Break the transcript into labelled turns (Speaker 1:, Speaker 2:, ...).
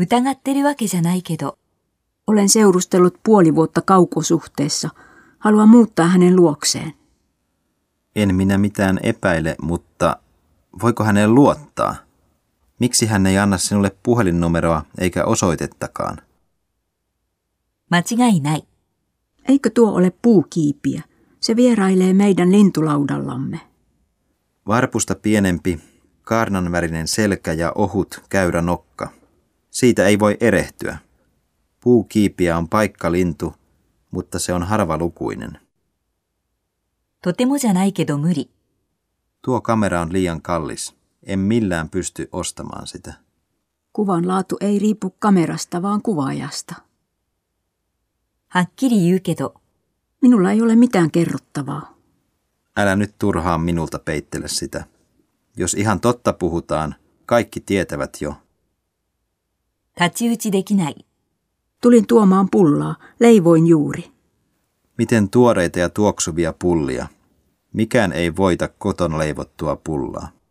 Speaker 1: 疑ってるわけじゃないけど、
Speaker 2: Olen seurustellut puoli vuotta kaukosuhteessa. Haluan muuttaa hänen luokseen.
Speaker 3: En minä mitään epäile, mutta voiko häneen luottaa? Miksi hän ei anna sinulle puhelinnumeroa eikä osoitettakaan?
Speaker 1: 間違いない。
Speaker 2: Eikö tuo ole puukiipiä? Se vierailee meidän lintulaudallamme.
Speaker 3: Varpusta pienempi, kaarnanvärinen selkä ja ohut käyrä nokka. Siitä ei voi erehtyä. Puukiipiä on paikkalintu, mutta se on harvalukuinen.
Speaker 1: とてもじゃないけど無理。
Speaker 3: Tuo kamera on liian kallis. En millään pysty ostamaan sitä.
Speaker 2: Kuvan laatu ei riipu kamerasta, vaan kuvaajasta.
Speaker 1: はっきり言うけど、
Speaker 2: Minulla ei ole mitään kerrottavaa.
Speaker 3: Älä nyt turhaan minulta peittele sitä. Jos ihan totta puhutaan, kaikki tietävät jo.
Speaker 1: 立ち打ちできない。
Speaker 2: Tulin tuomaan pullaa, leivoin juuri.
Speaker 3: Miten tuoreita ja tuoksuvia pullia. Mikään ei voita koton leivottua pullaa.